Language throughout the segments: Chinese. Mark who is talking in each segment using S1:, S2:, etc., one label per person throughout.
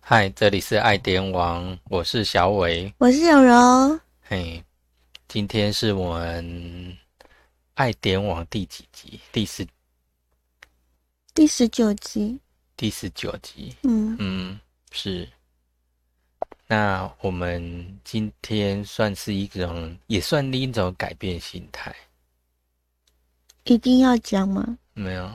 S1: 嗨，这里是爱点网，我是小伟。
S2: 我是柔柔，
S1: 嘿，今天是我们爱点网第几集？第十
S2: 第十九集。
S1: 第十九集。
S2: 嗯，
S1: 嗯，是。那我们今天算是一种，也算另一种改变心态，
S2: 一定要讲吗？
S1: 没有？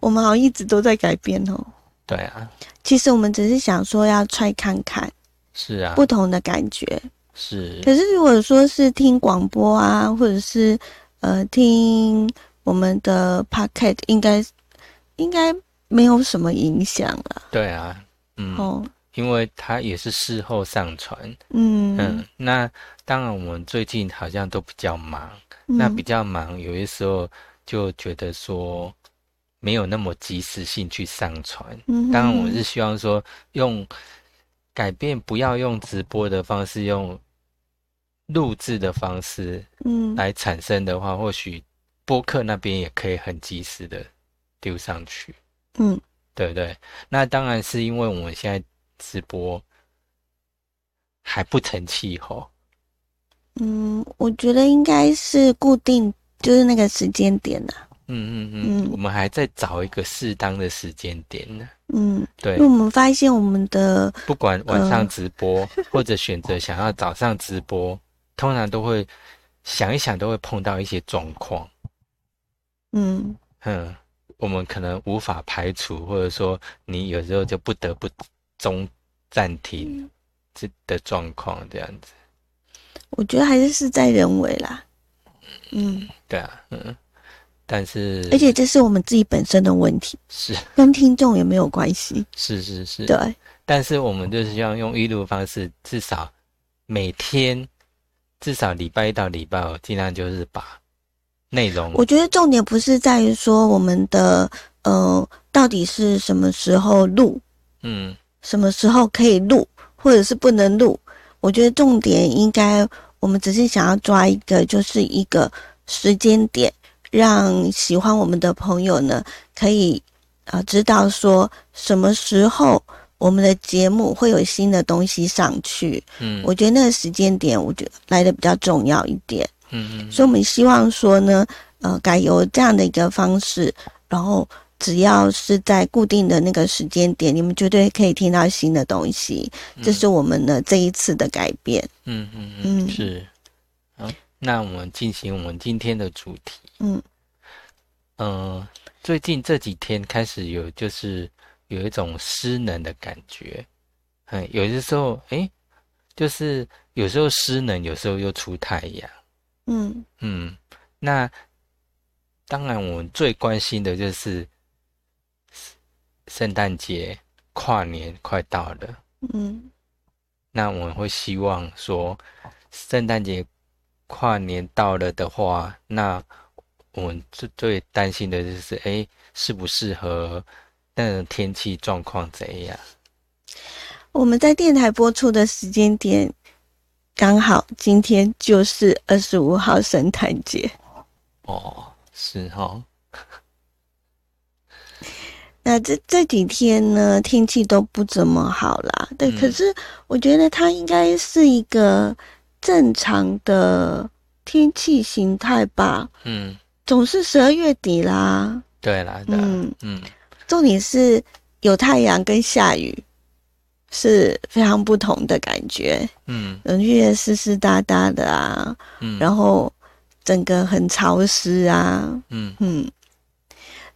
S2: 我们好像一直都在改变哦。
S1: 对啊，
S2: 其实我们只是想说要 try 看看
S1: 是啊，
S2: 不同的感觉。
S1: 是，
S2: 可是如果说是听广播啊，或者是呃听我们的 pocket，应该应该没有什么影响了。
S1: 对啊，嗯，
S2: 哦，
S1: 因为它也是事后上传，
S2: 嗯
S1: 嗯，那当然，我们最近好像都比较忙，
S2: 嗯
S1: 那比较忙，有些时候就觉得说没有那么及时性去上传。
S2: 嗯
S1: 当然，我
S2: 哼
S1: 是希望说用改变，不要用直播的方式，用录制的方式
S2: 嗯
S1: 来产生的话，或许播客那边也可以很及时的丢上去。
S2: 嗯
S1: 对不对？那当然是因为我们现在直播还不成气候，
S2: 嗯，我觉得应该是固定，就是那个时间点啊了。
S1: 嗯嗯嗯，
S2: 嗯
S1: 我们还在找一个适当的时间点呢。
S2: 嗯，
S1: 对
S2: 因为，我们发现我们的
S1: 不管晚上
S2: 呃
S1: 直播、 或者选择想要早上直播，通常都会想一想，都会碰到一些状况。
S2: 嗯
S1: 嗯，我们可能无法排除，或者说你有时候就不得不中暂
S2: 嗯
S1: 停这的状况，这样子。
S2: 我觉得还是事在人为啦。嗯，
S1: 对啊，嗯，但是
S2: 而且这是我们自己本身的问题，
S1: 是
S2: 跟听众也没有关系。
S1: 是是是，
S2: 对，
S1: 但是我们就是希望用预录方式，至少每天，至少礼拜一到礼拜五，尽量就是把内容
S2: 我觉得重点不是在于说我们的呃到底是什么时候录，
S1: 嗯
S2: 什么时候可以录，或者是不能录。我觉得重点应该，我们只是想要抓一个，就是一个时间点，让喜欢我们的朋友呢，可以啊、呃知道说什么时候我们的节目会有新的东西上去。
S1: 嗯
S2: 我觉得那个时间点，我觉得来的比较重要一点。
S1: 嗯嗯
S2: 所以我们希望说呢，呃，改由这样的一个方式，然后只要是在固定的那个时间点，你们绝对可以听到新的东西。这是我们呢这一次的改变。
S1: 嗯嗯嗯
S2: 嗯
S1: 是。好，那我们进行我们今天的主题。
S2: 嗯
S1: 嗯、最近这几天开始有就是有一种失能的感觉，嗯，有些时候诶，就是有时候失能，有时候又出太阳。
S2: 嗯
S1: 嗯，那当然，我们最关心的就是圣诞节、跨年快到了，
S2: 嗯
S1: 那我们会希望说，圣诞节、跨年到了的话，那我们最最担心的就是，哎，适不适合那种天气状况怎样？
S2: 我们在电台播出的时间点，刚好今天就是二十五号圣诞节。
S1: 哦，是哦，
S2: 那这这几天呢，天气都不怎么好啦。对，
S1: 嗯
S2: 可是我觉得它应该是一个正常的天气形态吧。
S1: 嗯，
S2: 总是十二月底啦，
S1: 对啦，对啦
S2: 嗯，
S1: 嗯，
S2: 重点是有太阳跟下雨是非常不同的感觉。
S1: 嗯，
S2: 冷月湿湿哒哒的啊，
S1: 嗯，
S2: 然后整个很潮湿啊，
S1: 嗯，
S2: 嗯，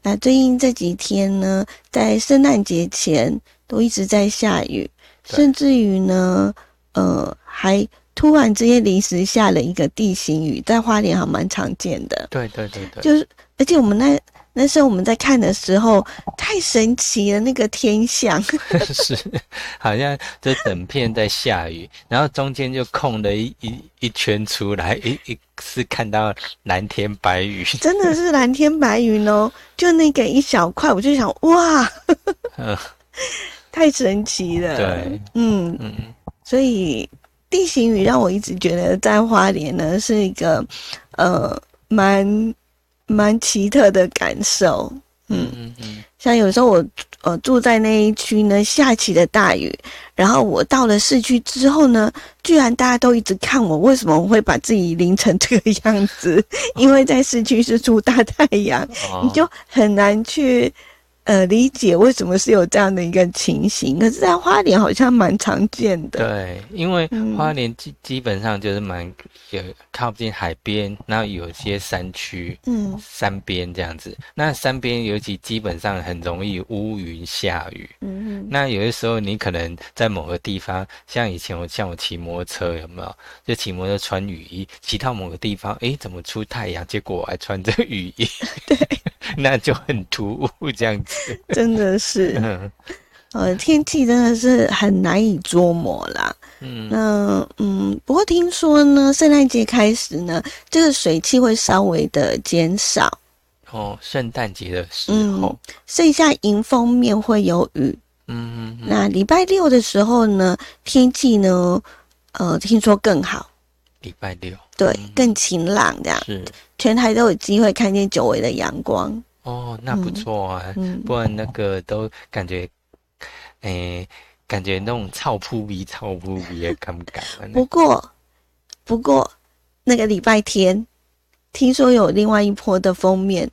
S2: 那最近这几天呢，在圣诞节前都一直在下雨，
S1: 对
S2: 甚至于呢，呃，还突然之间临时下了一个地形雨，在花莲还蛮常见的。
S1: 对对对对，
S2: 就是， 而且我们那那时候我们在看的时候，太神奇了，那个天象，
S1: 是，好像这整片在下雨，然后中间就空了一一一圈出来，一一是看到蓝天白云，
S2: 真的是蓝天白云哦，就那个一小块，我就想，哇，
S1: 嗯
S2: 太神奇了。
S1: 对，
S2: 嗯，
S1: 嗯
S2: 所以地形雨让我一直觉得在花莲呢是一个呃蛮蛮奇特的感受。嗯，
S1: 嗯嗯
S2: 像有时候我呃住在那一区呢，下起了大雨，然后我到了市区之后呢，居然大家都一直看我，为什么我会把自己淋成这个样子？ 因为在市区是出大太阳，
S1: 哦
S2: 你就很难去呃理解为什么是有这样的一个情形。可是，在花莲好像蛮常见的。
S1: 对，因为
S2: 嗯
S1: 花莲基基本上就是蛮有靠近海边，然后有些山区、
S2: 嗯，
S1: 山边这样子。那山边尤其基本上很容易乌云下雨。
S2: 嗯
S1: 那有的时候你可能在某个地方，像以前我像我骑摩托车有没有？就骑摩托车穿雨衣，骑到某个地方，诶，怎么出太阳？结果我还穿着雨衣， 那就很突兀这样子。
S2: 真的 是，
S1: 嗯
S2: 呃，天气真的是很难以捉摸啦。
S1: 嗯
S2: 那嗯，不过听说呢，圣诞节开始呢，这个水汽会稍微的减少，
S1: 哦，圣诞节的时
S2: 嗯
S1: 候，，
S2: 剩下迎风面会有雨。
S1: 嗯嗯
S2: 那礼拜六的时候呢，天气呢，呃，听说更好，
S1: 礼拜六
S2: 对
S1: 嗯，
S2: 更晴朗这样，
S1: 是
S2: 全台都有机会看见久违的阳光。
S1: 哦，那不
S2: 嗯
S1: 错啊，
S2: 嗯，
S1: 不然那个都感觉，诶，感觉那种臭扑鼻、臭扑鼻的感觉啊。那
S2: 不过，不过那个礼拜天，听说有另外一波的封面，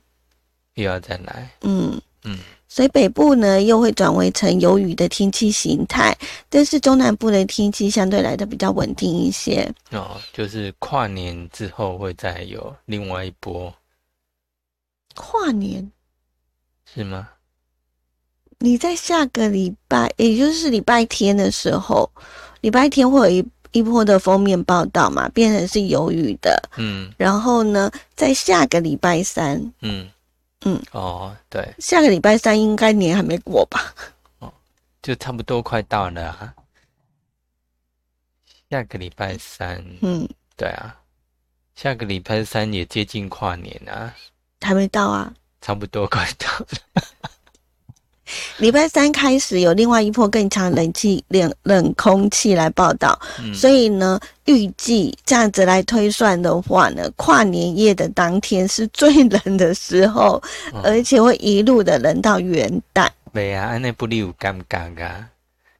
S1: 又要再来，
S2: 嗯
S1: 嗯。
S2: 所以北部呢又会转为成有雨的天气形态，但是中南部的天气相对来的比较稳定一些。
S1: 哦，就是跨年之后会再有另外一波，
S2: 跨年，
S1: 是吗？
S2: 你在下个礼拜，也就是礼拜天的时候，礼拜天会有一一波的封面报道嘛，变成是有雨的。
S1: 嗯
S2: 然后呢，在下个礼拜三，
S1: 嗯
S2: 嗯，
S1: 哦，对，
S2: 下个礼拜三应该年还没过吧？
S1: 就差不多快到了啊，下个礼拜三，
S2: 嗯，
S1: 对啊，下个礼拜三也接近跨年啊，
S2: 还没到啊。
S1: 差不多快到了。
S2: 礼拜三开始有另外一波更强冷气冷冷空气来报道，
S1: 嗯
S2: 所以呢，预计这样子来推算的话呢，跨年夜的当天是最冷的时候，
S1: 嗯
S2: 而且会一路的冷到元旦。
S1: 袂啊，安尼不你有感觉啊？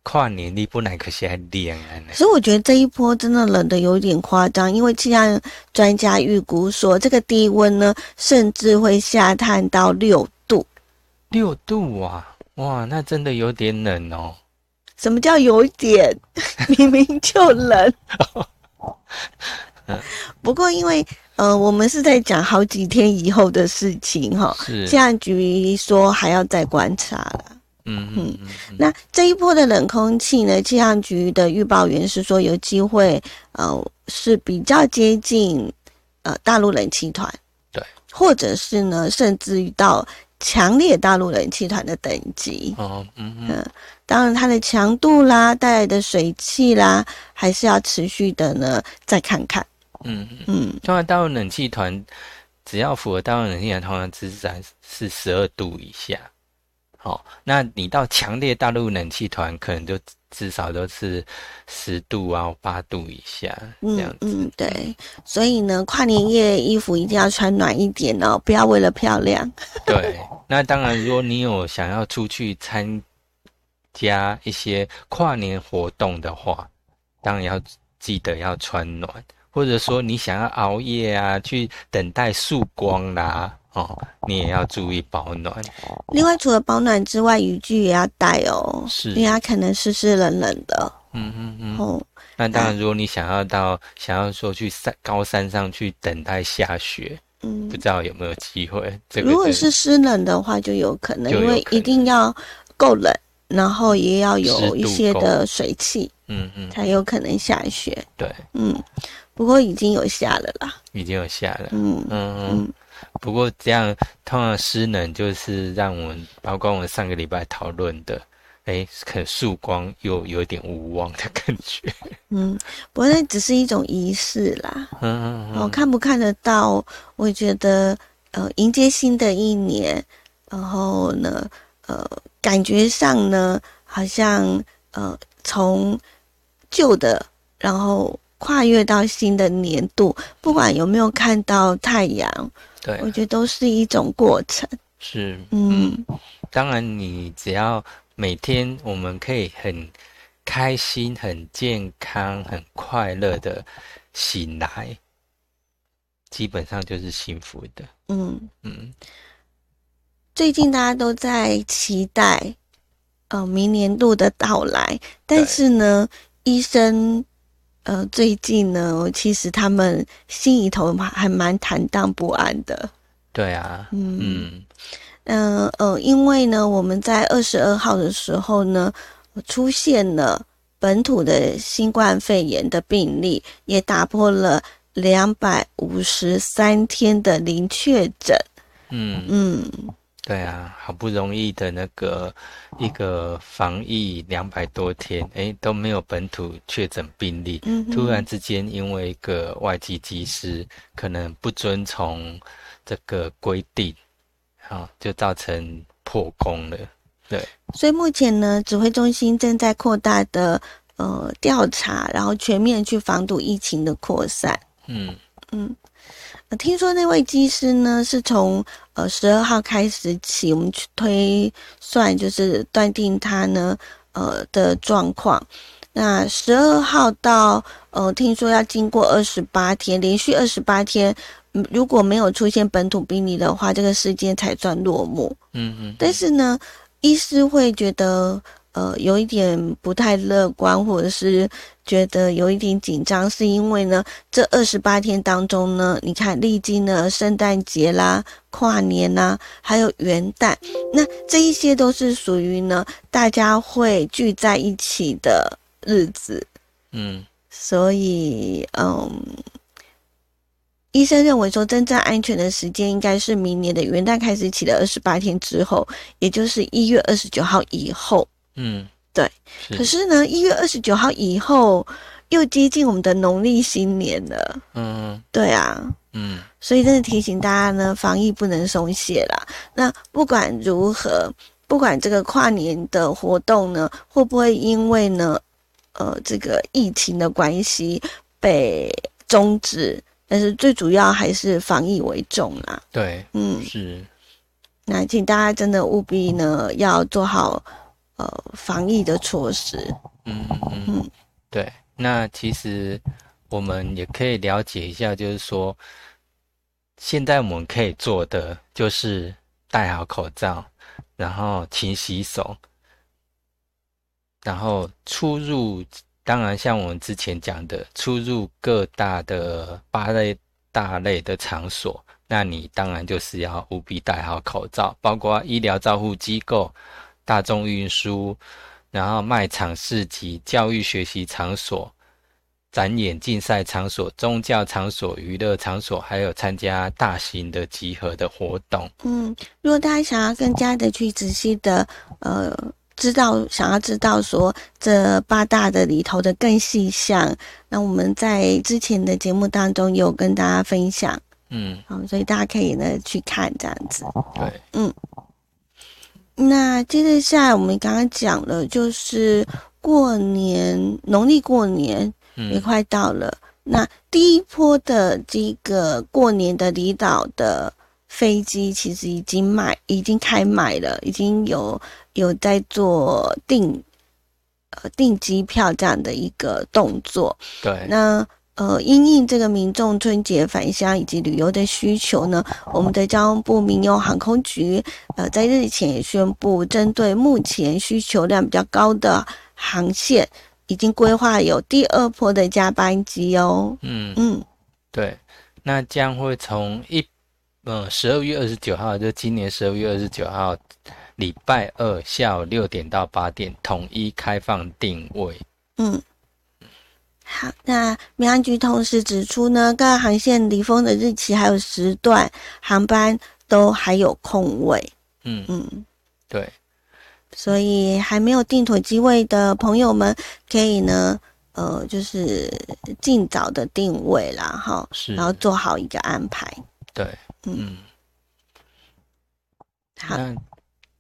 S1: 跨年你本来可是爱冷安尼，
S2: 所以我觉得这一波真的冷的有点夸张，因为气象专家预估说，这个低温呢，甚至会下探到六度。
S1: 六度啊，哇，那真的有点冷哦。
S2: 什么叫有一点？ 明明 就冷。不过因为呃，我们是在讲好几天以后的事情哈。
S1: 是，
S2: 气象局说还要再观察了。
S1: 嗯嗯嗯嗯，
S2: 那这一波的冷空气呢，气象局的预报员是说有机会，呃，是比较接近呃大陆冷气团，
S1: 对，
S2: 或者是呢，甚至于到强烈大陆冷气团的等级。
S1: 哦，嗯嗯。
S2: 当然，它的强度啦，带来的水汽啦，还是要持续的呢，再看看。
S1: 嗯，
S2: 嗯，
S1: 通常大陆冷气团只要符合大陆冷气团，通常是在是十二度以下。好、那你到强烈大陆冷气团，可能就至少都是十度啊、八度以下这样
S2: 嗯
S1: 子。
S2: 嗯，对，所以呢，跨年夜衣服一定要穿暖一点哦，不要为了漂亮。
S1: 对， 那当然，如果你有想要出去参加一些跨年活动的话，当然要记得要穿暖，或者说你想要熬夜啊，去等待曙光啦，哦，你也要注意保暖。
S2: 另外，除了保暖之外，雨具也要带哦，
S1: 哦是
S2: 因为它可能湿湿冷冷的
S1: 嗯嗯嗯。
S2: 哦。
S1: 那当然，如果你想要到想要说去山高山上去等待下雪，
S2: 嗯
S1: 不，知道有没有机会？这个
S2: 如果
S1: 真
S2: 是湿冷的话，就有可能，
S1: 就有
S2: 因为
S1: 可能
S2: 一定要够冷，然后也要有一些
S1: 湿度够
S2: 的水汽，
S1: 嗯嗯，
S2: 才有可能下雪。
S1: 对，
S2: 嗯，不过已经有下了啦。
S1: 已经有下了。
S2: 嗯
S1: 嗯，
S2: 嗯
S1: 不过这样通常失能就是让我们，包括我们上个礼拜讨论的，哎，可能曙光又有点无望的感觉。
S2: 嗯，不过那只是一种仪式啦。
S1: 嗯嗯
S2: 哦，
S1: 嗯，
S2: 看不看得到？我觉得，呃，迎接新的一年，然后呢，呃，感觉上呢，好像呃，从旧的，然后跨越到新的年度，不管有没有看到太阳，
S1: 对
S2: 我，觉得都是一种过程。
S1: 是，
S2: 嗯，
S1: 当然你只要每天我们可以很开心、很健康、很快乐的醒来，基本上就是幸福的。
S2: 嗯，
S1: 嗯，
S2: 最近大家都在期待，呃，明年度的到来。但
S1: 对
S2: 是呢，医生，呃，最近呢，其实他们心里头还还蛮坦荡不安的。
S1: 对啊，
S2: 嗯
S1: 嗯
S2: 嗯呃，因为呢，我们在二十二号的时候呢，出现了本土的新冠肺炎的病例，也打破了两百五十三天的零确诊。
S1: 嗯。
S2: 嗯。
S1: 对啊，好不容易的那个一个防疫两百多天，诶，都没有本土确诊病例，
S2: 嗯
S1: 突
S2: 哼
S1: 然之间因为一个外籍技师可能不遵从这个规定，啊，就造成破功了。对，
S2: 所以目前呢，指挥中心正在扩大的呃调查，然后全面去防堵疫情的扩散。
S1: 嗯，
S2: 呃听说那位技师呢，是从呃十二号开始起，我们去推算，就是断定他呢呃的状况。那十二号到呃，听说要经过二十八天，连续二十八天，嗯如果没有出现本土病例的话，这个事件才算落幕。
S1: 嗯嗯
S2: 但是呢，医师会觉得呃有一点不太乐观，或者是觉得有一点紧张，是因为呢，这二十八天当中呢，你看历经了圣诞节啦、跨年啦，还有元旦，那这一些都是属于呢大家会聚在一起的日子，
S1: 嗯，
S2: 所以嗯。医生认为说，真正安全的时间应该是明年的元旦开始起的二十八天之后，也就是一月二十九号以后。
S1: 嗯，
S2: 对，
S1: 是，
S2: 可是呢，一月二十九号以后又接近我们的农历新年了。
S1: 嗯
S2: 对啊，
S1: 嗯
S2: 所以真的提醒大家呢，防疫不能松懈啦。那不管如何，不管这个跨年的活动呢，会不会因为呢，呃，这个疫情的关系被终止？但是最主要还是防疫为重啦。
S1: 对，
S2: 嗯，
S1: 是，
S2: 那请大家真的务必呢要做好呃防疫的措施。
S1: 嗯嗯嗯，
S2: 嗯
S1: 对。那其实我们也可以了解一下，就是说。现在我们可以做的就是戴好口罩，然后勤洗手，然后出入，当然像我们之前讲的，出入各大的八类大类的场所，那你当然就是要务必戴好口罩，包括医疗照护机构、大众运输，然后卖场、市集、教育学习场所。展演、竞赛场所、宗教场所、娱乐场所，还有参加大型的集合的活动。
S2: 嗯，如果大家想要更加的去仔细的呃知道，想要知道说这八大的里头的更细项，那我们在之前的节目当中有跟大家分享，
S1: 嗯，
S2: 好、所以大家可以呢去看这样子。
S1: 对，
S2: 那接着下来，我们刚刚讲了，就是过年，农历过年也
S1: 嗯
S2: 快到了。那第一波的这个过年的离岛的飞机，其实已经卖，已经开卖了，已经有有在做订呃订机票这样的一个动作。
S1: 对，
S2: 那呃，因应这个民众春节返乡以及旅游的需求呢，我们的交通部民用航空局呃在日前也宣布，针对目前需求量比较高的航线，已经规划有第二波的加班机哦。
S1: 嗯
S2: 嗯
S1: 对。那将会从一呃十二月二十九号，就今年十二月二十九号礼拜二下午六点到八点，统一开放定位。
S2: 嗯。好，那民航局同时指出呢，各航线离峰的日期还有时段，航班都还有空位。
S1: 嗯，
S2: 嗯。
S1: 对，
S2: 所以还没有订妥机位的朋友们，可以呢，呃，就是尽早的定位啦，哈，
S1: 是
S2: 然，后做好一个安排。
S1: 对，
S2: 嗯
S1: 嗯。
S2: 好，
S1: 那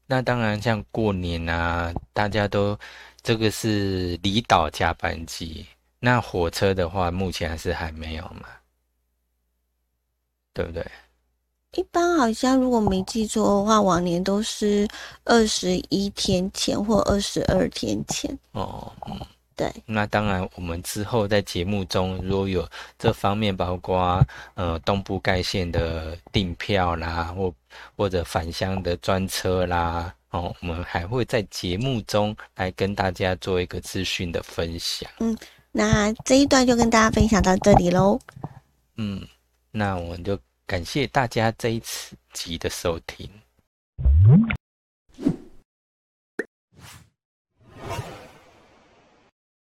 S1: 那当然，像过年啊，大家都这个是离岛加班机。那火车的话，目前还是还没有嘛，对不对？
S2: 一般好像如果没记错的话，往年都是二十一天前或二十二天前。
S1: 哦，嗯
S2: 对，
S1: 那当然，我们之后在节目中如果有这方面，包括呃东部盖线的订票啦，或或者返乡的专车啦，哦，我们还会在节目中来跟大家做一个资讯的分享。
S2: 那这一段就跟大家分享到这里喽。
S1: 嗯，那我们就感谢大家这一次集的收听。